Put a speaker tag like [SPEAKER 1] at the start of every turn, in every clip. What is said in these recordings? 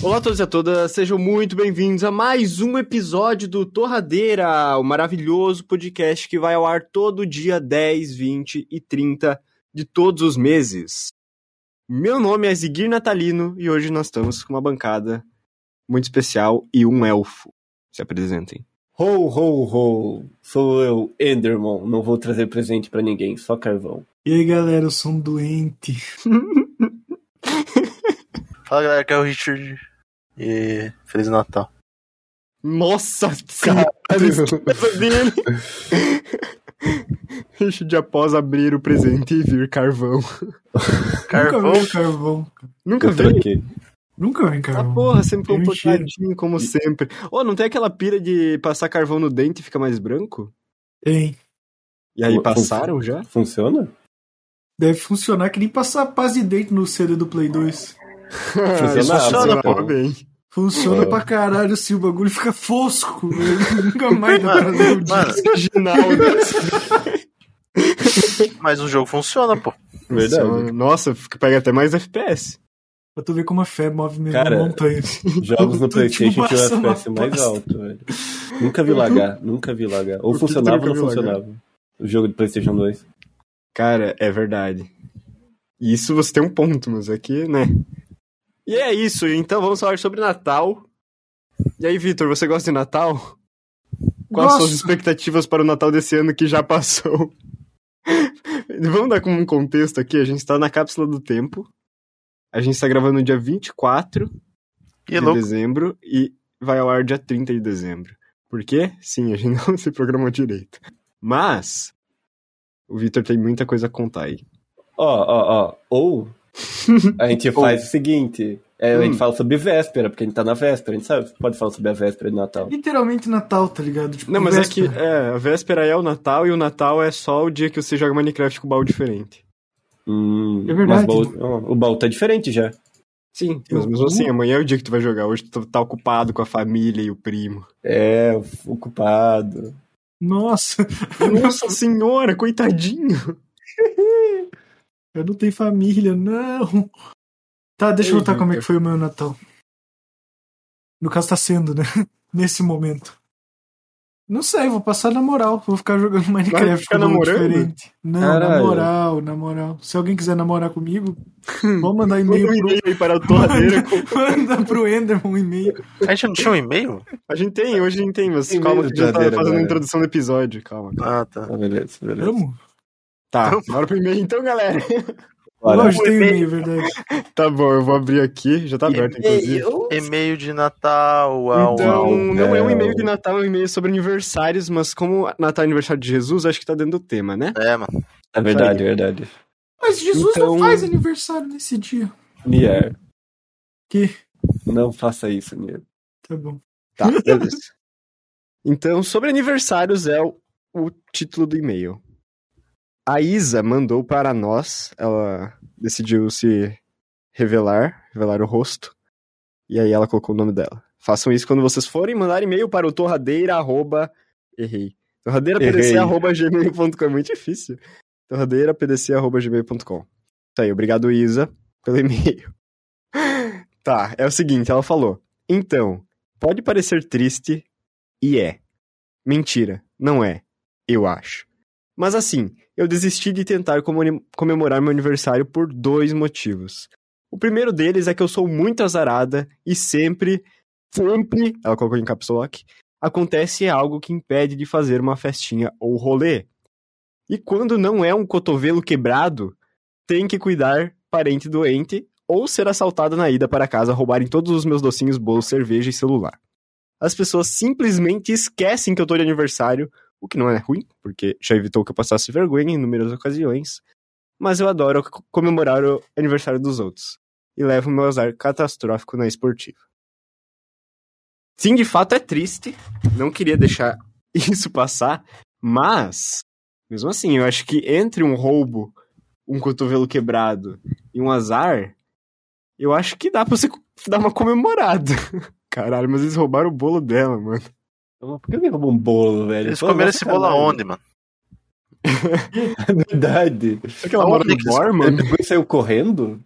[SPEAKER 1] Olá a todos e a todas, sejam muito bem-vindos a mais um episódio do Torradeira, o maravilhoso podcast que vai ao ar todo dia 10, 20 e 30 de todos os meses. Meu nome é Ziguir Natalino e hoje nós estamos com uma bancada muito especial e um elfo. Se apresentem.
[SPEAKER 2] Ho, ho, ho. Sou eu, Enderman. Não vou trazer presente pra ninguém, só carvão.
[SPEAKER 3] E aí, galera, eu sou um doente.
[SPEAKER 4] Fala galera, que é o Richard. E Feliz Natal.
[SPEAKER 1] Nossa, cara, esquerda dele. Richard, após abrir o presente e vir carvão.
[SPEAKER 4] Carvão.
[SPEAKER 3] Nunca vi carvão.
[SPEAKER 1] Nunca
[SPEAKER 2] Puta
[SPEAKER 1] vi.
[SPEAKER 2] que-
[SPEAKER 3] Nunca vi
[SPEAKER 1] Ah,
[SPEAKER 3] carvão.
[SPEAKER 1] porra, sempre um
[SPEAKER 3] Mentira.
[SPEAKER 1] pouquinho, como sempre. Ô, não tem aquela pira de passar carvão no dente e fica mais branco?
[SPEAKER 3] Tem.
[SPEAKER 1] E aí,
[SPEAKER 2] Pô,
[SPEAKER 1] passaram já?
[SPEAKER 2] Funciona?
[SPEAKER 3] Deve funcionar que nem passar paz de dente no CD do Play 2.
[SPEAKER 2] Funcionava,
[SPEAKER 1] Funciona,
[SPEAKER 2] pô.
[SPEAKER 1] pô. Bem.
[SPEAKER 3] Funciona
[SPEAKER 2] É.
[SPEAKER 3] pra caralho, se o bagulho fica fosco, velho. Nunca mais dá pra ver o
[SPEAKER 2] Ah.
[SPEAKER 3] dia.
[SPEAKER 4] Mano,
[SPEAKER 1] Original, né?
[SPEAKER 4] mas o jogo funciona, pô.
[SPEAKER 2] Verdade.
[SPEAKER 1] Funciona. Nossa, fica- pega até mais FPS.
[SPEAKER 3] Pra tu ver como a fé move mesmo
[SPEAKER 2] Cara,
[SPEAKER 3] montanhas.
[SPEAKER 2] Jogos no
[SPEAKER 3] Tu, tipo,
[SPEAKER 2] PlayStation tinham
[SPEAKER 3] passa uma
[SPEAKER 2] FPS mais
[SPEAKER 3] pasta.
[SPEAKER 2] alto, velho. Nunca vi lagar, nunca vi lagar.
[SPEAKER 1] Por
[SPEAKER 2] Ou
[SPEAKER 1] que que
[SPEAKER 2] funcionava
[SPEAKER 1] nunca
[SPEAKER 2] ou não
[SPEAKER 1] viu lagar?
[SPEAKER 2] funcionava. O jogo de PlayStation 2.
[SPEAKER 1] Cara, é verdade. E Isso você tem um ponto, mas aqui, né? E é isso, então vamos falar sobre Natal. E aí, Vitor, você gosta de Natal? Quais
[SPEAKER 3] Gosto.
[SPEAKER 1] suas expectativas para o Natal desse ano que já passou? vamos dar como um contexto aqui, a gente tá na cápsula do tempo. A gente tá gravando no dia 24
[SPEAKER 4] E
[SPEAKER 1] de
[SPEAKER 4] louco.
[SPEAKER 1] dezembro e vai ao ar dia 30 de dezembro. Por quê? Sim, a gente não se programou direito. Mas o Vitor tem muita coisa a contar aí.
[SPEAKER 2] Ó, ó, ó. Ou a gente
[SPEAKER 1] Ou.
[SPEAKER 2] faz o seguinte. é, A
[SPEAKER 1] Hum.
[SPEAKER 2] gente fala sobre véspera, porque a gente tá na véspera, a gente sabe, pode falar sobre a véspera de Natal.
[SPEAKER 3] Literalmente Natal, tá ligado? Tipo,
[SPEAKER 1] Não, mas é que
[SPEAKER 3] véspera.
[SPEAKER 1] é, a véspera é o Natal e o Natal é só o dia que você joga Minecraft com o baú diferente.
[SPEAKER 2] Hum,
[SPEAKER 3] É verdade.
[SPEAKER 2] mas o baú- o baú tá diferente já.
[SPEAKER 1] Sim, mas mesmo assim, amanhã é o dia que tu vai jogar. Hoje tu tá ocupado com a família e o primo.
[SPEAKER 2] É, o culpado.
[SPEAKER 3] Nossa,
[SPEAKER 1] Nossa senhora, coitadinho!
[SPEAKER 3] eu não tenho família, não. Tá, deixa eu
[SPEAKER 1] Ei,
[SPEAKER 3] contar como é
[SPEAKER 1] Vitor.
[SPEAKER 3] que foi o meu Natal. No caso, tá sendo, né? Nesse momento. Não sei, vou passar na moral. Vou ficar jogando Minecraft
[SPEAKER 1] ficar
[SPEAKER 3] com um
[SPEAKER 1] namorando?
[SPEAKER 3] diferente. Não, na
[SPEAKER 2] Caralho.
[SPEAKER 3] moral, na moral. Se alguém quiser namorar comigo, vou mandar e-mail
[SPEAKER 1] Manda um
[SPEAKER 3] pro...
[SPEAKER 1] e-mail aí para a torradeira. com-
[SPEAKER 3] Manda pro Enderman um e-mail.
[SPEAKER 4] A gente não tinha um e-mail?
[SPEAKER 1] A gente tem, hoje a gente tem, mas
[SPEAKER 2] Tem
[SPEAKER 1] calma
[SPEAKER 2] e-mail
[SPEAKER 1] que a gente tá
[SPEAKER 2] torradeira
[SPEAKER 1] fazendo a
[SPEAKER 2] agora.
[SPEAKER 1] introdução do episódio, calma.
[SPEAKER 4] Ah, tá.
[SPEAKER 2] Ah, beleza, beleza.
[SPEAKER 1] um
[SPEAKER 3] Vamos?
[SPEAKER 1] Tá, bora pro e-mail então, galera.
[SPEAKER 2] Bora.
[SPEAKER 3] Lógico, tem um
[SPEAKER 4] O e-mail.
[SPEAKER 3] e-mail, verdade.
[SPEAKER 1] Tá bom, eu vou abrir aqui, já tá aberto, inclusive.
[SPEAKER 4] E-mail de Natal, uau,
[SPEAKER 1] Então,
[SPEAKER 4] uau.
[SPEAKER 1] não é um e-mail
[SPEAKER 2] Não.
[SPEAKER 1] de Natal, é um e-mail sobre aniversários, mas como Natal é aniversário de Jesus, acho que tá dentro do tema, né?
[SPEAKER 4] É, mano.
[SPEAKER 2] É verdade, é verdade.
[SPEAKER 3] Mas Jesus
[SPEAKER 2] Então-
[SPEAKER 3] não faz aniversário nesse dia.
[SPEAKER 2] Nier,
[SPEAKER 3] Que?
[SPEAKER 2] não faça isso, Nier.
[SPEAKER 3] Tá bom.
[SPEAKER 1] Tá, beleza. então, sobre aniversários é o, o título do e-mail. A Isa mandou para nós, ela decidiu se revelar, revelar o rosto, e aí ela colocou o nome dela. Façam isso quando vocês forem mandar e-mail para o torradeira, arroba, errei, torradeirapdc,
[SPEAKER 2] Errei.
[SPEAKER 1] arroba, gmail.com, é muito difícil, torradeirapdc, arroba, gmail.com. Isso aí, obrigado Isa pelo e-mail. tá, é o seguinte, ela falou, então, Pode parecer triste, e é. Mentira, não é, eu acho. Mas assim, eu desisti de tentar comuni- comemorar meu aniversário por dois motivos. O primeiro deles é que eu sou muito azarada e sempre, sempre, ela colocou em caps lock, acontece algo que impede de fazer uma festinha ou rolê. E quando não é um cotovelo quebrado, tem que cuidar parente doente ou ser assaltada na ida para casa roubarem todos os meus docinhos, bolos, cerveja e celular. As pessoas simplesmente esquecem que eu tô de aniversário, o que não é ruim, porque já evitou que eu passasse vergonha em inúmeras ocasiões, mas eu adoro co- comemorar o aniversário dos outros e levo meu azar catastrófico na esportiva. Sim, de fato é triste, não queria deixar isso passar, mas mesmo assim, eu acho que entre um roubo, um cotovelo quebrado e um azar, eu acho que dá pra você co- dar uma comemorada. Caralho, mas eles roubaram o bolo dela, mano.
[SPEAKER 2] Por que alguém roubou um bolo, velho?
[SPEAKER 4] Eles
[SPEAKER 2] Pô,
[SPEAKER 4] comeram
[SPEAKER 2] vai
[SPEAKER 4] esse bolo
[SPEAKER 2] sacanagem.
[SPEAKER 4] aonde, mano?
[SPEAKER 2] É verdade.
[SPEAKER 1] Será que ela mora
[SPEAKER 4] Aonde
[SPEAKER 1] no
[SPEAKER 4] que
[SPEAKER 1] bar,
[SPEAKER 2] O
[SPEAKER 1] mano?
[SPEAKER 2] pinguim saiu correndo?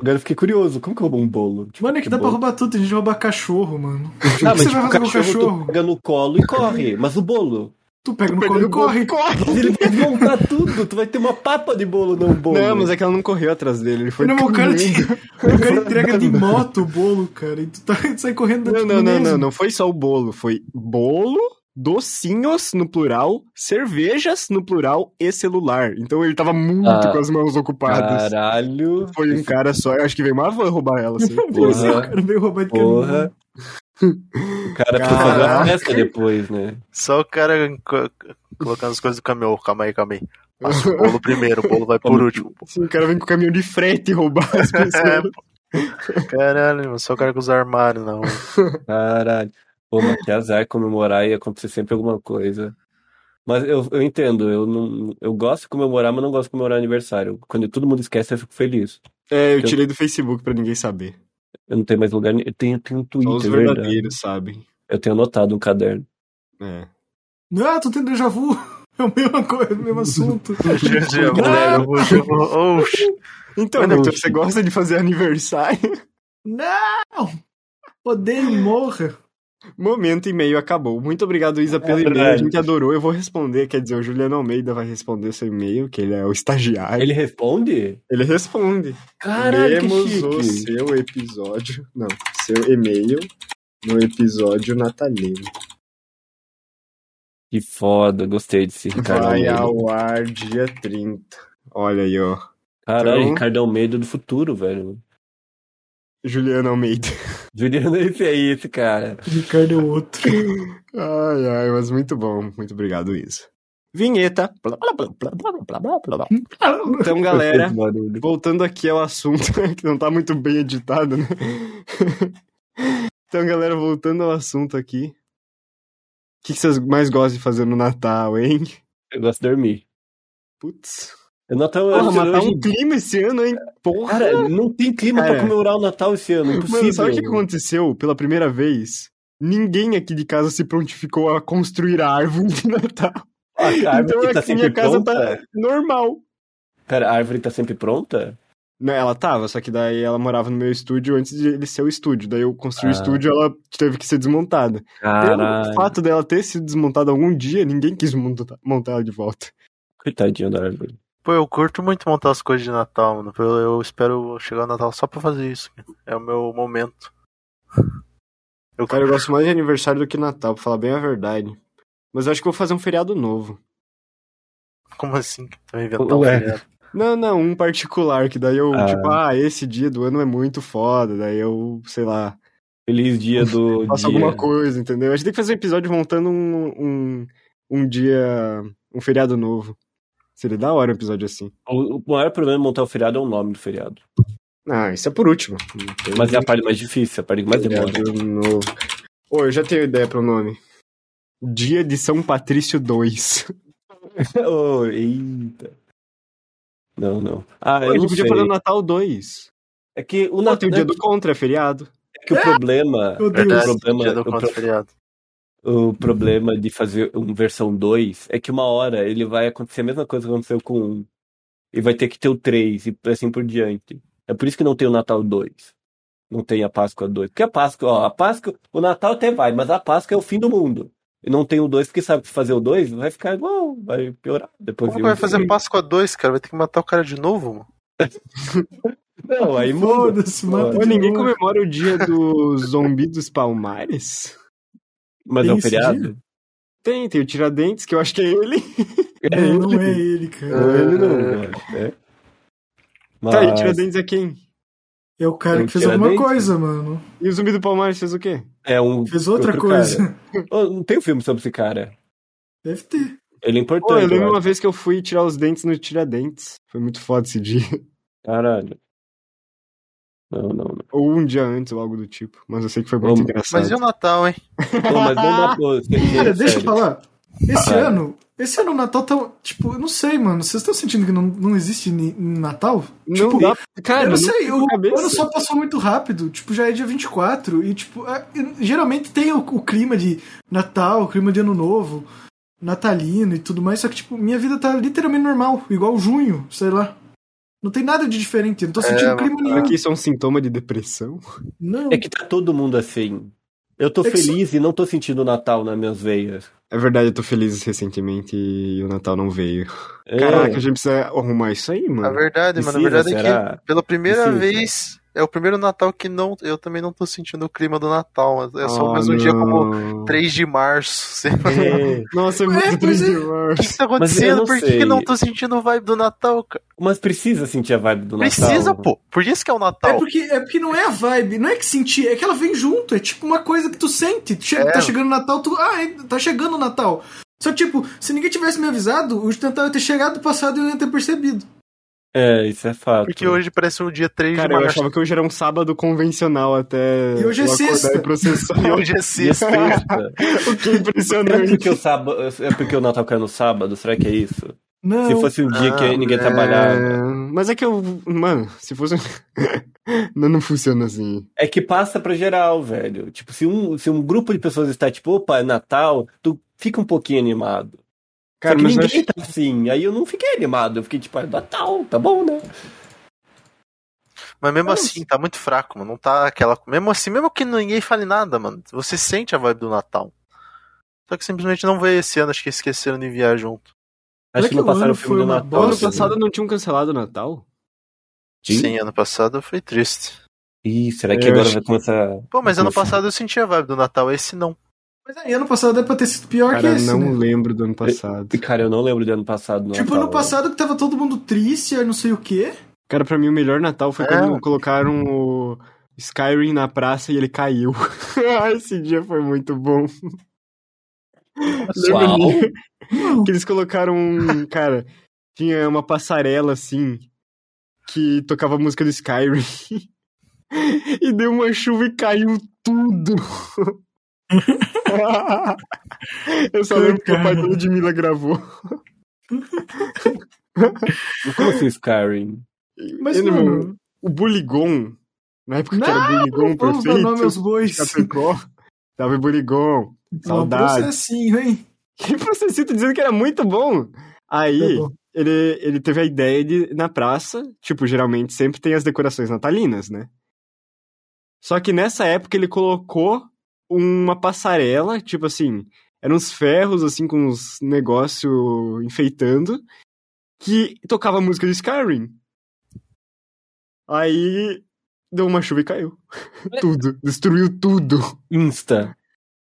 [SPEAKER 2] Agora eu fiquei curioso, como que roubou um bolo? Tipo,
[SPEAKER 3] Mano, é que dá pra
[SPEAKER 2] bolo.
[SPEAKER 3] roubar tudo, tem gente que rouba cachorro, mano.
[SPEAKER 2] Ah,
[SPEAKER 3] que
[SPEAKER 2] mas
[SPEAKER 3] você
[SPEAKER 2] tipo, o
[SPEAKER 3] vai fazer com o
[SPEAKER 2] cachorro,
[SPEAKER 3] cachorro?
[SPEAKER 2] tu pega no colo e corre. Mas o bolo?
[SPEAKER 3] Tu pega no colo e corre.
[SPEAKER 2] Mas ele vai montar tudo, tu vai ter uma papa de bolo no bolo.
[SPEAKER 1] Não, mas é que ela não correu atrás dele, ele foi
[SPEAKER 3] Não, mas o cara, te,
[SPEAKER 1] caminhando.
[SPEAKER 3] o cara entrega de moto o bolo, cara. E tu, tá, tu sai correndo
[SPEAKER 1] Não,
[SPEAKER 3] tipo,
[SPEAKER 1] não, não,
[SPEAKER 3] mesmo.
[SPEAKER 1] não, não foi só o bolo, foi bolo, docinhos no plural, cervejas no plural e celular. Então ele tava muito
[SPEAKER 2] Ah,
[SPEAKER 1] com as mãos ocupadas.
[SPEAKER 2] Caralho.
[SPEAKER 1] Foi um cara só, eu acho que veio uma van roubar ela, assim.
[SPEAKER 3] Pois é,
[SPEAKER 2] Porra.
[SPEAKER 3] o cara veio roubar de
[SPEAKER 2] Porra.
[SPEAKER 3] caminhão.
[SPEAKER 2] O cara precisa fazer
[SPEAKER 1] Caraca.
[SPEAKER 2] uma festa depois, né?
[SPEAKER 4] Só o cara co- colocando as coisas do caminhão. Calma aí, calma aí. Passa o bolo primeiro, o bolo vai por último. pô.
[SPEAKER 1] Assim, o cara vem com o caminhão de frete roubar as
[SPEAKER 4] É,
[SPEAKER 1] pessoas.
[SPEAKER 4] pô. Caralho, mano, só o cara com os armários na rua.
[SPEAKER 2] Caralho. Pô, mas que azar comemorar e acontecer sempre alguma coisa. Mas eu, eu entendo, eu não, eu gosto de comemorar, mas não gosto de comemorar aniversário. Quando todo mundo esquece, eu fico feliz.
[SPEAKER 1] É, eu tirei do Facebook pra ninguém saber.
[SPEAKER 2] Eu não tenho mais lugar. ne- Eu tenho, eu tenho um
[SPEAKER 1] Só os
[SPEAKER 2] Twitter, é verdade.
[SPEAKER 1] verdadeiros sabem.
[SPEAKER 2] Eu tenho anotado um caderno.
[SPEAKER 1] É.
[SPEAKER 3] Ah, tô tendo déjà vu. É o mesmo, co- é o mesmo assunto.
[SPEAKER 4] Já vou, já vou, já vou. Oxi.
[SPEAKER 1] Então,
[SPEAKER 2] Mas não,
[SPEAKER 1] Victor,
[SPEAKER 2] sim.
[SPEAKER 1] você gosta de fazer aniversário?
[SPEAKER 3] Não! Odeio e morra.
[SPEAKER 1] Momento e meio acabou. Muito obrigado, Isa, pelo e-mail. A
[SPEAKER 2] Caralho.
[SPEAKER 1] gente adorou. Eu vou responder. Quer dizer, o Juliano Almeida vai responder seu e-mail, que ele é o estagiário.
[SPEAKER 2] Ele responde?
[SPEAKER 1] Ele responde.
[SPEAKER 2] Caralho, que
[SPEAKER 1] Lemos o
[SPEAKER 2] chique.
[SPEAKER 1] seu episódio. Não, seu e-mail no episódio natalino.
[SPEAKER 2] Que foda, gostei desse Ricardo
[SPEAKER 1] Vai
[SPEAKER 2] Almeida.
[SPEAKER 1] ao ar dia 30. Olha aí, ó.
[SPEAKER 2] Caralho,
[SPEAKER 1] Então-
[SPEAKER 2] Ricardo Almeida do futuro, velho.
[SPEAKER 1] Juliano Almeida.
[SPEAKER 2] Juliano, esse é esse, cara.
[SPEAKER 3] Ricardo é outro.
[SPEAKER 1] Ai, ai, mas muito bom. Muito obrigado, Isa. Vinheta.
[SPEAKER 2] Hum?
[SPEAKER 1] Então, galera,
[SPEAKER 2] Esse barulho.
[SPEAKER 1] Voltando aqui ao assunto, que não tá muito bem editado, né? Então, galera, voltando ao assunto aqui. O que, que vocês mais gostam de fazer no Natal, hein?
[SPEAKER 2] Eu gosto de dormir.
[SPEAKER 1] Putz.
[SPEAKER 2] Eu não tava
[SPEAKER 1] Porra, matar
[SPEAKER 2] hoje-
[SPEAKER 1] um clima esse ano, hein? Porra.
[SPEAKER 2] Cara, é não tem clima
[SPEAKER 1] Cara.
[SPEAKER 2] pra comemorar o Natal esse ano. Impossível.
[SPEAKER 1] É.
[SPEAKER 2] Ah,
[SPEAKER 1] Mano, sabe o que aconteceu pela primeira vez? Ninguém aqui de casa se prontificou a construir a árvore de Natal.
[SPEAKER 2] Ah, cara, a árvore
[SPEAKER 1] então
[SPEAKER 2] que tá
[SPEAKER 1] aqui minha
[SPEAKER 2] sempre
[SPEAKER 1] casa
[SPEAKER 2] pronta.
[SPEAKER 1] tá normal.
[SPEAKER 2] Pera, a árvore tá sempre pronta?
[SPEAKER 1] Não, ela tava, só que daí ela morava no meu estúdio antes de ele ser o estúdio. Daí eu construí
[SPEAKER 2] Ah.
[SPEAKER 1] o estúdio ela teve que ser desmontada. Pelo
[SPEAKER 2] Caralho.
[SPEAKER 1] fato dela ter sido desmontada algum dia, ninguém quis monta- montar ela de volta.
[SPEAKER 2] Coitadinho da árvore.
[SPEAKER 4] Pô, eu curto muito montar as coisas de Natal, mano. Eu, eu espero chegar o Natal só pra fazer isso. cara. É o meu momento. Eu
[SPEAKER 1] Cara, eu gosto mais de aniversário do que Natal, pra falar bem a verdade. Mas eu acho que eu vou fazer um feriado novo.
[SPEAKER 4] Como assim? Tô inventando
[SPEAKER 2] Ué.
[SPEAKER 4] um feriado.
[SPEAKER 1] Não, não, um particular, que daí eu,
[SPEAKER 2] Ah.
[SPEAKER 1] tipo, ah, esse dia do ano é muito foda, daí eu, sei lá,
[SPEAKER 2] Feliz dia do
[SPEAKER 1] faço
[SPEAKER 2] dia.
[SPEAKER 1] alguma coisa, entendeu? A gente tem que fazer um episódio montando um, um, um dia, um feriado novo. Seria da hora um episódio assim.
[SPEAKER 2] O, o maior problema de montar o feriado é o nome do feriado.
[SPEAKER 1] Ah, isso é por último.
[SPEAKER 2] Mas é a parte mais difícil, a parte que mais demora.
[SPEAKER 1] Feriado novo. Ô, eu já tenho ideia pro nome. Dia de São Patrício 2.
[SPEAKER 2] oh, eita. Não, não. Ah,
[SPEAKER 1] a
[SPEAKER 2] eu não
[SPEAKER 1] gente podia
[SPEAKER 2] sei.
[SPEAKER 1] fazer o Natal 2.
[SPEAKER 2] É que o
[SPEAKER 1] Não,
[SPEAKER 2] Natal
[SPEAKER 1] tem o dia do contra, é feriado.
[SPEAKER 2] é que o problema,
[SPEAKER 3] Meu Deus.
[SPEAKER 4] Verdade,
[SPEAKER 2] O problema- é
[SPEAKER 4] dia
[SPEAKER 2] o
[SPEAKER 4] do contra
[SPEAKER 2] pro-
[SPEAKER 4] feriado.
[SPEAKER 2] o problema de fazer uma versão 2 é que uma hora ele vai acontecer a mesma coisa que aconteceu com um. E vai ter que ter o 3 e assim por diante. É por isso que não tem o Natal 2. Não tem a Páscoa 2. Porque a Páscoa, ó, a Páscoa, o Natal até vai, mas a Páscoa é o fim do mundo. E não tem o 2 porque sabe que se fazer o 2 vai ficar igual, vai piorar. Depois um
[SPEAKER 4] Como
[SPEAKER 2] vem
[SPEAKER 4] que vai
[SPEAKER 2] o
[SPEAKER 4] fazer
[SPEAKER 2] três.
[SPEAKER 4] Páscoa 2, cara? Vai ter que matar o cara de novo, mano?
[SPEAKER 2] Não, aí muda.
[SPEAKER 3] Foda-se, mata
[SPEAKER 1] Pô,
[SPEAKER 3] de
[SPEAKER 1] ninguém
[SPEAKER 3] novo.
[SPEAKER 1] comemora o dia do zumbi dos palmares?
[SPEAKER 2] Mas é
[SPEAKER 3] Tem
[SPEAKER 2] um
[SPEAKER 3] esse
[SPEAKER 2] feriado?
[SPEAKER 1] Tem, tem o Tiradentes, que eu acho que é ele.
[SPEAKER 2] É
[SPEAKER 3] É, não é ele, cara.
[SPEAKER 2] Ele não, eu acho, né?
[SPEAKER 1] Tá, e o
[SPEAKER 2] Mas-
[SPEAKER 1] Tiradentes é quem?
[SPEAKER 3] É o cara
[SPEAKER 2] Não
[SPEAKER 3] que fez
[SPEAKER 2] tira
[SPEAKER 3] alguma
[SPEAKER 2] dente?
[SPEAKER 3] coisa, mano.
[SPEAKER 1] E o zumbi do palmares fez o quê?
[SPEAKER 2] É um.
[SPEAKER 3] Fez outra
[SPEAKER 2] outro cara.
[SPEAKER 3] coisa.
[SPEAKER 2] Oh, não tem um filme sobre esse cara.
[SPEAKER 3] Deve ter.
[SPEAKER 2] Ele é
[SPEAKER 1] Pô, eu
[SPEAKER 2] importante.
[SPEAKER 1] lembro
[SPEAKER 2] eu
[SPEAKER 1] uma
[SPEAKER 2] acho.
[SPEAKER 1] vez que eu fui tirar os dentes no Tiradentes. Foi muito foda esse dia.
[SPEAKER 2] Caralho. Não, não, não.
[SPEAKER 1] Ou um dia antes, ou algo do tipo. Mas eu sei que foi muito
[SPEAKER 2] Vamos.
[SPEAKER 1] engraçado.
[SPEAKER 4] Mas e o Natal, hein?
[SPEAKER 2] Pô, mas não dá pra. você-
[SPEAKER 3] Cara, deixa eu
[SPEAKER 2] sério.
[SPEAKER 3] falar. Esse
[SPEAKER 2] Caralho.
[SPEAKER 3] ano, esse ano o Natal tá. Tipo, eu não sei, mano. Vocês estão sentindo que não, não existe ni- Natal?
[SPEAKER 1] Não
[SPEAKER 3] tipo,
[SPEAKER 1] dá. Cara,
[SPEAKER 3] eu não
[SPEAKER 1] fica
[SPEAKER 3] sei,
[SPEAKER 1] na
[SPEAKER 3] o
[SPEAKER 1] cabeça.
[SPEAKER 3] ano só passou muito rápido. Tipo, já é dia 24. E, tipo, é- geralmente tem o, o clima de Natal, o clima de Ano Novo, Natalino e tudo mais. Só que, tipo, minha vida tá literalmente normal, igual junho, sei lá. Não tem nada de diferente, eu não tô sentindo
[SPEAKER 4] mano,
[SPEAKER 3] clima nenhum.
[SPEAKER 2] né?
[SPEAKER 1] Será que isso é um sintoma de depressão?
[SPEAKER 3] Não.
[SPEAKER 2] É que tá todo mundo assim. Eu tô
[SPEAKER 3] É que
[SPEAKER 2] feliz e não tô sentindo o Natal nas minhas veias.
[SPEAKER 1] É verdade, eu tô feliz recentemente e o Natal não veio.
[SPEAKER 2] É,
[SPEAKER 1] Caraca, a gente precisa arrumar isso aí,
[SPEAKER 4] Na
[SPEAKER 1] mano.
[SPEAKER 4] verdade, mano, na
[SPEAKER 2] precisa,
[SPEAKER 4] verdade é
[SPEAKER 2] será?
[SPEAKER 4] que pela primeira
[SPEAKER 2] Precisa.
[SPEAKER 4] vez. É o primeiro Natal que não. Eu também não tô sentindo o clima do Natal. É
[SPEAKER 1] Ah,
[SPEAKER 4] só mais um
[SPEAKER 2] Ah,
[SPEAKER 4] dia como
[SPEAKER 1] como
[SPEAKER 4] 3 de março. sei lá.
[SPEAKER 2] É.
[SPEAKER 1] Nossa, é
[SPEAKER 3] É,
[SPEAKER 1] muito
[SPEAKER 3] pois
[SPEAKER 1] triste,
[SPEAKER 3] é.
[SPEAKER 4] O que,
[SPEAKER 1] mano.
[SPEAKER 4] que tá
[SPEAKER 2] Mas eu
[SPEAKER 4] acontecendo?
[SPEAKER 2] não
[SPEAKER 4] Por que,
[SPEAKER 2] sei.
[SPEAKER 4] que não tô sentindo o vibe do Natal, cara?
[SPEAKER 2] Mas precisa sentir a vibe do Natal. né?
[SPEAKER 4] Precisa, pô. Por isso que é o
[SPEAKER 3] É
[SPEAKER 4] Natal.
[SPEAKER 3] porque, é porque não é a vibe, não é que sentir, é que ela vem junto, é tipo uma coisa que tu sente. Tu chega-
[SPEAKER 4] É.
[SPEAKER 3] Tá chegando o Natal, tu. Ah, é, tá chegando o Natal. Só que, tipo, se ninguém tivesse me avisado, o Natal ia ter chegado passado e eu não ia ter percebido.
[SPEAKER 2] É, isso é fato.
[SPEAKER 4] Porque hoje parece um dia 3
[SPEAKER 1] Cara,
[SPEAKER 4] de
[SPEAKER 1] eu
[SPEAKER 4] março.
[SPEAKER 1] achava que hoje era um sábado convencional até.
[SPEAKER 3] E hoje é
[SPEAKER 1] eu acordar
[SPEAKER 3] sexta.
[SPEAKER 1] E processar.
[SPEAKER 4] E hoje é
[SPEAKER 2] E é
[SPEAKER 4] sexta.
[SPEAKER 2] sexta.
[SPEAKER 1] o que é
[SPEAKER 2] É
[SPEAKER 1] impressionante.
[SPEAKER 2] porque, o sábado, é porque o Natal cai no sábado? Será que é isso?
[SPEAKER 3] Não.
[SPEAKER 2] Se fosse um dia que
[SPEAKER 4] Ah,
[SPEAKER 2] ninguém
[SPEAKER 1] É,
[SPEAKER 2] trabalhava.
[SPEAKER 1] Mas é que eu. Mano, se fosse. um- não, não funciona assim.
[SPEAKER 2] É que passa pra geral, velho. Tipo, se um, se um grupo de pessoas está tipo, opa, é Natal, tu fica um pouquinho animado.
[SPEAKER 1] Cara,
[SPEAKER 2] Só que
[SPEAKER 1] mas eu
[SPEAKER 2] ninguém
[SPEAKER 1] acho-
[SPEAKER 2] tá assim. Aí eu não fiquei animado. Eu fiquei tipo, é Natal, tá bom, né?
[SPEAKER 4] Mas mesmo
[SPEAKER 2] Mas-
[SPEAKER 4] assim, tá muito fraco, mano. Não tá aquela. Mesmo assim, mesmo que ninguém fale nada, mano. Você sente a vibe do Natal. Só que simplesmente não veio esse ano, acho que esqueceram de enviar junto.
[SPEAKER 2] Acho que
[SPEAKER 3] que
[SPEAKER 2] não
[SPEAKER 3] o
[SPEAKER 2] passaram o
[SPEAKER 3] ano
[SPEAKER 2] filme
[SPEAKER 3] foi
[SPEAKER 2] do
[SPEAKER 3] uma
[SPEAKER 2] Natal.
[SPEAKER 3] bosta.
[SPEAKER 2] né?
[SPEAKER 1] Ano passado não tinham cancelado o Natal?
[SPEAKER 2] Sim.
[SPEAKER 4] Sim, ano passado foi triste.
[SPEAKER 2] Ih, será que
[SPEAKER 1] Eu
[SPEAKER 2] agora
[SPEAKER 1] acho
[SPEAKER 2] vai começar.
[SPEAKER 4] Pô, mas ano
[SPEAKER 2] Nossa.
[SPEAKER 4] passado eu senti a vibe do Natal, esse não.
[SPEAKER 3] Mas aí, ano passado é pra ter sido pior que
[SPEAKER 1] Cara,
[SPEAKER 3] esse.
[SPEAKER 1] não
[SPEAKER 3] né?
[SPEAKER 1] lembro do ano passado.
[SPEAKER 2] Cara, eu não lembro do ano passado. no
[SPEAKER 3] Tipo,
[SPEAKER 2] Natal.
[SPEAKER 3] ano passado que tava todo mundo triste, aí não sei o quê.
[SPEAKER 1] Cara, pra mim o melhor Natal foi
[SPEAKER 4] É.
[SPEAKER 1] quando colocaram o Skyrim na praça e ele caiu. Ah, Esse dia foi muito bom.
[SPEAKER 2] assim. Uau.
[SPEAKER 1] Que eles colocaram um. Cara, tinha uma passarela assim que tocava a música do Skyrim. E deu uma chuva e caiu tudo. Eu só lembro que o pai do Ludmilla gravou.
[SPEAKER 2] Como assim, Skyrim?
[SPEAKER 3] Mas,
[SPEAKER 1] Eu não-
[SPEAKER 3] mano,
[SPEAKER 1] O Buligon, na época que era Buligon
[SPEAKER 3] vamos dar nome aos
[SPEAKER 1] prefeito,
[SPEAKER 3] bois.
[SPEAKER 1] de Chapecó, tava em Buligon. saudade.
[SPEAKER 3] Um processinho, hein?
[SPEAKER 1] Que processista dizendo que era muito bom.
[SPEAKER 3] Tá
[SPEAKER 1] Aí,
[SPEAKER 3] bom.
[SPEAKER 1] ele, ele teve a ideia de, na praça, tipo, geralmente sempre tem as decorações natalinas, né? Só que nessa época ele colocou uma passarela, tipo assim, eram uns ferros, assim, com uns negócio enfeitando, que tocava a música do Skyrim. Aí, deu uma chuva e caiu. tudo. Destruiu tudo.
[SPEAKER 2] Insta.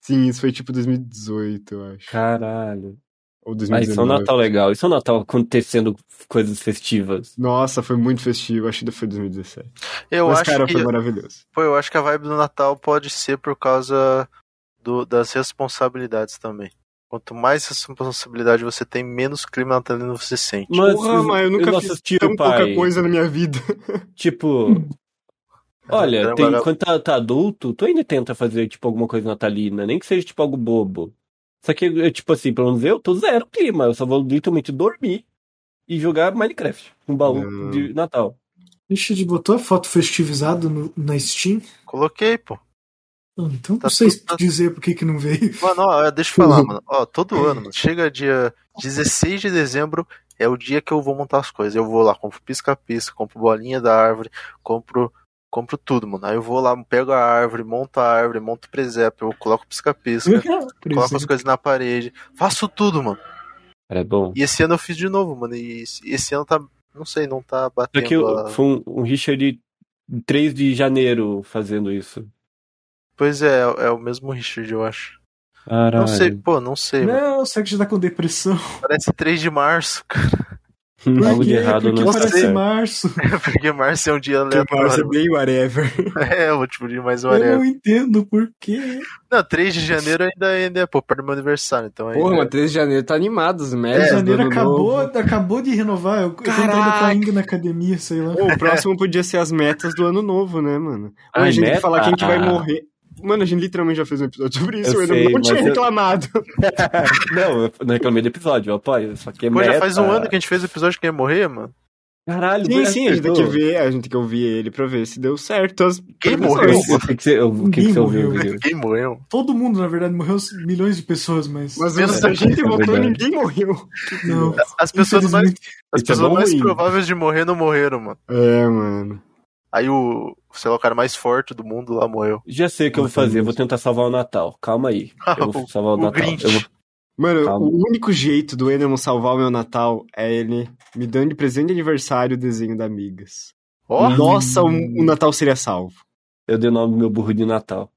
[SPEAKER 1] Sim, isso foi tipo 2018, eu acho.
[SPEAKER 2] Caralho.
[SPEAKER 1] Ou
[SPEAKER 2] Mas isso é um
[SPEAKER 1] 2019.
[SPEAKER 2] Natal legal. Isso é um Natal acontecendo coisas festivas.
[SPEAKER 1] Nossa, foi muito festivo. Acho que foi 2017.
[SPEAKER 4] Eu
[SPEAKER 1] Mas,
[SPEAKER 4] acho
[SPEAKER 1] cara,
[SPEAKER 4] que.
[SPEAKER 1] foi maravilhoso.
[SPEAKER 4] Pô, eu acho que a vibe do Natal pode ser por causa do- das responsabilidades também. Quanto mais responsabilidade você tem, menos clima natalino você sente.
[SPEAKER 2] Mas,
[SPEAKER 1] Porra, mas eu nunca
[SPEAKER 2] não
[SPEAKER 1] fiz
[SPEAKER 2] assisti
[SPEAKER 1] Tão
[SPEAKER 2] o pai.
[SPEAKER 1] um pouca coisa na minha vida.
[SPEAKER 2] Tipo, olha, tem,
[SPEAKER 4] Trabalhar-
[SPEAKER 2] quando tá, tá adulto, tu ainda tenta fazer, tipo, alguma coisa natalina, nem que seja, tipo, algo bobo. Só que, eu, tipo assim, pelo menos eu tô zero clima, eu só vou literalmente dormir e jogar Minecraft, um baú
[SPEAKER 1] Não.
[SPEAKER 4] Hum.
[SPEAKER 2] de Natal.
[SPEAKER 3] Deixa de botar foto festivizada no- na Steam.
[SPEAKER 4] Coloquei, pô.
[SPEAKER 3] Ah, Então
[SPEAKER 4] Tá
[SPEAKER 3] não sei
[SPEAKER 4] tudo-
[SPEAKER 3] dizer por que que não veio.
[SPEAKER 4] Mano, ó, deixa eu falar, mano. Ó, todo ano, mano, chega dia 16 de dezembro, é o dia que eu vou montar as coisas. Eu vou lá, compro pisca-pisca, compro bolinha da árvore, compro compro tudo, mano. Aí eu vou lá, pego a árvore, monto a árvore, monto o presépio, eu coloco pisca-pisca,
[SPEAKER 3] Por
[SPEAKER 4] coloco as
[SPEAKER 3] exemplo.
[SPEAKER 4] coisas na parede, faço tudo, mano.
[SPEAKER 2] Era bom.
[SPEAKER 4] E esse ano eu fiz de novo, mano. E esse- esse ano tá, não sei, não tá
[SPEAKER 2] Só
[SPEAKER 4] batendo.
[SPEAKER 2] É que eu-
[SPEAKER 4] a-
[SPEAKER 2] foi um, um Richard de 3 de janeiro fazendo isso.
[SPEAKER 4] Pois é, é o mesmo Richard, eu acho.
[SPEAKER 2] Caralho.
[SPEAKER 4] Não sei, pô, não sei, mano.
[SPEAKER 3] Não, será que já tá com depressão?
[SPEAKER 4] Parece 3 de março, cara.
[SPEAKER 3] Por
[SPEAKER 2] Algo de
[SPEAKER 3] quê?
[SPEAKER 2] errado
[SPEAKER 3] Porque
[SPEAKER 2] não
[SPEAKER 4] tá
[SPEAKER 3] parece
[SPEAKER 2] certo.
[SPEAKER 3] março.
[SPEAKER 4] Porque março é um dia
[SPEAKER 1] Parece
[SPEAKER 4] aleatório.
[SPEAKER 1] bem whatever.
[SPEAKER 4] É, o tipo de mais uma
[SPEAKER 3] Eu
[SPEAKER 4] areva.
[SPEAKER 1] é?
[SPEAKER 3] não entendo por quê.
[SPEAKER 4] Não, 3 de janeiro ainda, ainda é, pô, perto do meu aniversário, então ainda...
[SPEAKER 1] Porra, mas 13 de janeiro tá animado, os médios.
[SPEAKER 4] É,
[SPEAKER 3] janeiro acabou, acabou de renovar. Eu, eu tô indo
[SPEAKER 1] Caraca.
[SPEAKER 3] pra Ing na academia, sei lá.
[SPEAKER 1] o próximo podia ser as metas do ano novo, né, mano? Ou
[SPEAKER 2] Ai,
[SPEAKER 1] a gente tem
[SPEAKER 2] meta?
[SPEAKER 1] que falar quem que vai morrer. Mano, a gente literalmente já fez um episódio sobre isso,
[SPEAKER 2] Eu
[SPEAKER 1] eu, ainda
[SPEAKER 2] sei,
[SPEAKER 1] não tinha
[SPEAKER 2] mas eu-
[SPEAKER 1] reclamado.
[SPEAKER 2] Não, eu não reclamei do episódio, eu apoio. Só que é
[SPEAKER 4] Pô, já um
[SPEAKER 2] meta.
[SPEAKER 4] faz um ano que a gente fez o episódio que ia morrer, mano.
[SPEAKER 2] Caralho,
[SPEAKER 1] Sim, sim, a gente tem
[SPEAKER 2] acertou.
[SPEAKER 1] que ver, a gente tem que ouvir ele pra ver se deu certo as
[SPEAKER 4] Quem
[SPEAKER 1] previsões.
[SPEAKER 4] morreu?
[SPEAKER 2] O que que você, o que que você ouviu,
[SPEAKER 3] Ninguém
[SPEAKER 2] Vinícius?
[SPEAKER 4] Quem morreu?
[SPEAKER 3] Todo mundo, na verdade, morreu milhões de pessoas, mas.
[SPEAKER 1] Mas
[SPEAKER 4] Menos
[SPEAKER 1] a
[SPEAKER 4] a
[SPEAKER 1] gente
[SPEAKER 2] gente,
[SPEAKER 1] votou
[SPEAKER 2] é
[SPEAKER 1] e
[SPEAKER 2] verdade.
[SPEAKER 1] ninguém morreu.
[SPEAKER 3] não.
[SPEAKER 4] As pessoas mais,
[SPEAKER 3] Infelizmente,
[SPEAKER 4] as
[SPEAKER 1] Isso é
[SPEAKER 4] pessoas
[SPEAKER 1] bom,
[SPEAKER 4] mais
[SPEAKER 1] hein?
[SPEAKER 4] prováveis de morrer não morreram, mano.
[SPEAKER 1] É, mano.
[SPEAKER 4] Aí o, sei lá, o cara mais forte do mundo lá morreu.
[SPEAKER 2] Já sei o que eu vou fazer, eu vou tentar salvar o Natal. Calma aí. Eu vou
[SPEAKER 4] o,
[SPEAKER 2] salvar o,
[SPEAKER 4] o
[SPEAKER 2] Natal.
[SPEAKER 4] Grinch.
[SPEAKER 2] Eu vou-
[SPEAKER 1] Mano,
[SPEAKER 2] Calma.
[SPEAKER 1] o único jeito do Enemo salvar o meu Natal é ele me dando de presente de aniversário o desenho da Amigas.
[SPEAKER 4] Ó,
[SPEAKER 1] Uhum. Nossa, o, o Natal seria salvo.
[SPEAKER 2] Eu dei o nome do meu burro de Natal.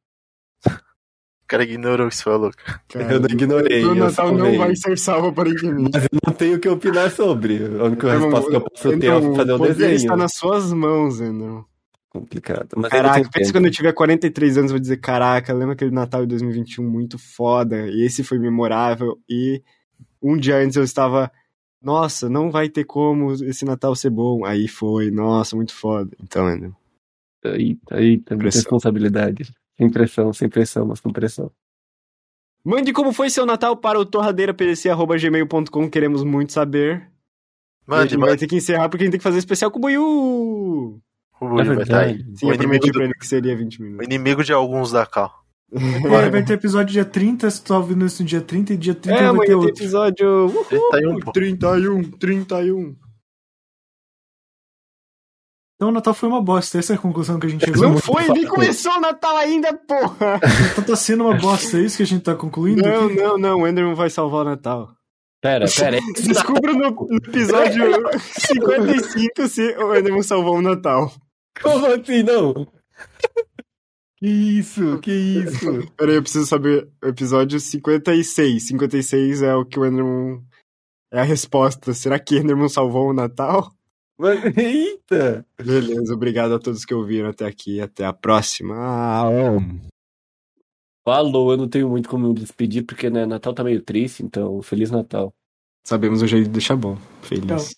[SPEAKER 4] o cara ignorou isso, foi louco.
[SPEAKER 2] eu não ignorei.
[SPEAKER 1] É, o
[SPEAKER 2] eu
[SPEAKER 1] Natal não
[SPEAKER 2] salvei.
[SPEAKER 1] vai ser salvo, aparentemente.
[SPEAKER 2] Não tenho o que opinar sobre. A única
[SPEAKER 1] Enderman,
[SPEAKER 2] resposta que eu posso ter
[SPEAKER 1] Enderman,
[SPEAKER 2] é fazer o
[SPEAKER 1] Então, poder
[SPEAKER 2] desenho.
[SPEAKER 1] está nas suas mãos, Enderman.
[SPEAKER 2] Complicado. Mas ainda
[SPEAKER 1] Caraca,
[SPEAKER 2] tem
[SPEAKER 1] pensa
[SPEAKER 2] tempo.
[SPEAKER 1] quando eu tiver 43 anos, eu vou dizer, caraca, lembra aquele Natal de 2021 muito foda, e esse foi memorável, e um dia antes eu estava, nossa, não vai ter como esse Natal ser bom. Aí foi, nossa, muito foda. Então, Andrew,
[SPEAKER 2] Eita, eita, muita
[SPEAKER 1] Pressão.
[SPEAKER 2] responsabilidade. Sem pressão, sem pressão, mas com pressão.
[SPEAKER 1] mande como foi seu Natal para o torradeirapdc.gmail.com, queremos muito saber. e a
[SPEAKER 4] Mande,
[SPEAKER 1] gente vai
[SPEAKER 4] mande.
[SPEAKER 1] ter que encerrar porque a gente tem que fazer especial com o Buiu!
[SPEAKER 4] O
[SPEAKER 2] É
[SPEAKER 4] Buiu vai tá aí.
[SPEAKER 1] Sim,
[SPEAKER 4] O
[SPEAKER 1] eu prometi
[SPEAKER 4] inimigo do-
[SPEAKER 1] pra ele que seria 20
[SPEAKER 4] O
[SPEAKER 1] minutos.
[SPEAKER 4] inimigo de alguns da Cal.
[SPEAKER 1] assim,
[SPEAKER 3] é, vai ter episódio dia 30, se tu tá ouvindo isso no dia 30, e dia 30
[SPEAKER 1] É,
[SPEAKER 3] vai ter
[SPEAKER 1] amanhã tem
[SPEAKER 3] outro.
[SPEAKER 1] episódio uhul,
[SPEAKER 4] Ele tá aí um pouco.
[SPEAKER 1] 31, 31.
[SPEAKER 3] Então o Natal foi uma bosta, essa é a conclusão que a gente chegou.
[SPEAKER 1] Não foi, nem começou o Natal ainda, porra!
[SPEAKER 3] Então tá sendo uma bosta, é isso que a gente tá concluindo?
[SPEAKER 1] Não, não, não, o Enderman vai salvar o Natal.
[SPEAKER 2] Pera, pera.
[SPEAKER 1] Descubra no, no episódio 55 se o Enderman salvou o Natal.
[SPEAKER 2] Como assim, não? Que isso, que isso?
[SPEAKER 1] Pera aí, eu preciso saber o episódio 56. 56 é o que o Enderman. É a resposta. Será que Enderman salvou o Natal?
[SPEAKER 2] Mas, eita!
[SPEAKER 1] Beleza, obrigado a todos que ouviram até aqui. Até a próxima. Ah, amo.
[SPEAKER 2] Falou, eu não tenho muito como me despedir, porque né, Natal tá meio triste, então Feliz Natal.
[SPEAKER 1] Sabemos o jeito de deixar bom. Feliz.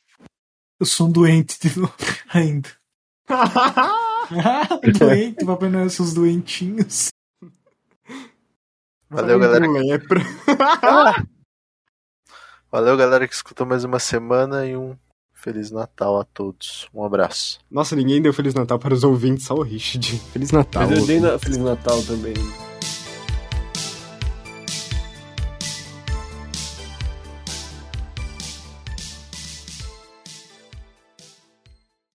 [SPEAKER 3] Eu sou um doente de novo, ainda. Um doente, Papai Noel, seus doentinhos.
[SPEAKER 4] Valeu, galera.
[SPEAKER 1] Com lepra.
[SPEAKER 4] Valeu, galera que escutou mais uma semana e um Feliz Natal a todos. Um abraço.
[SPEAKER 1] Nossa, ninguém deu Feliz Natal para os ouvintes, só o Richard. Feliz Natal.
[SPEAKER 2] Mas eu dei
[SPEAKER 1] ouvintes.
[SPEAKER 2] na- Feliz Natal também.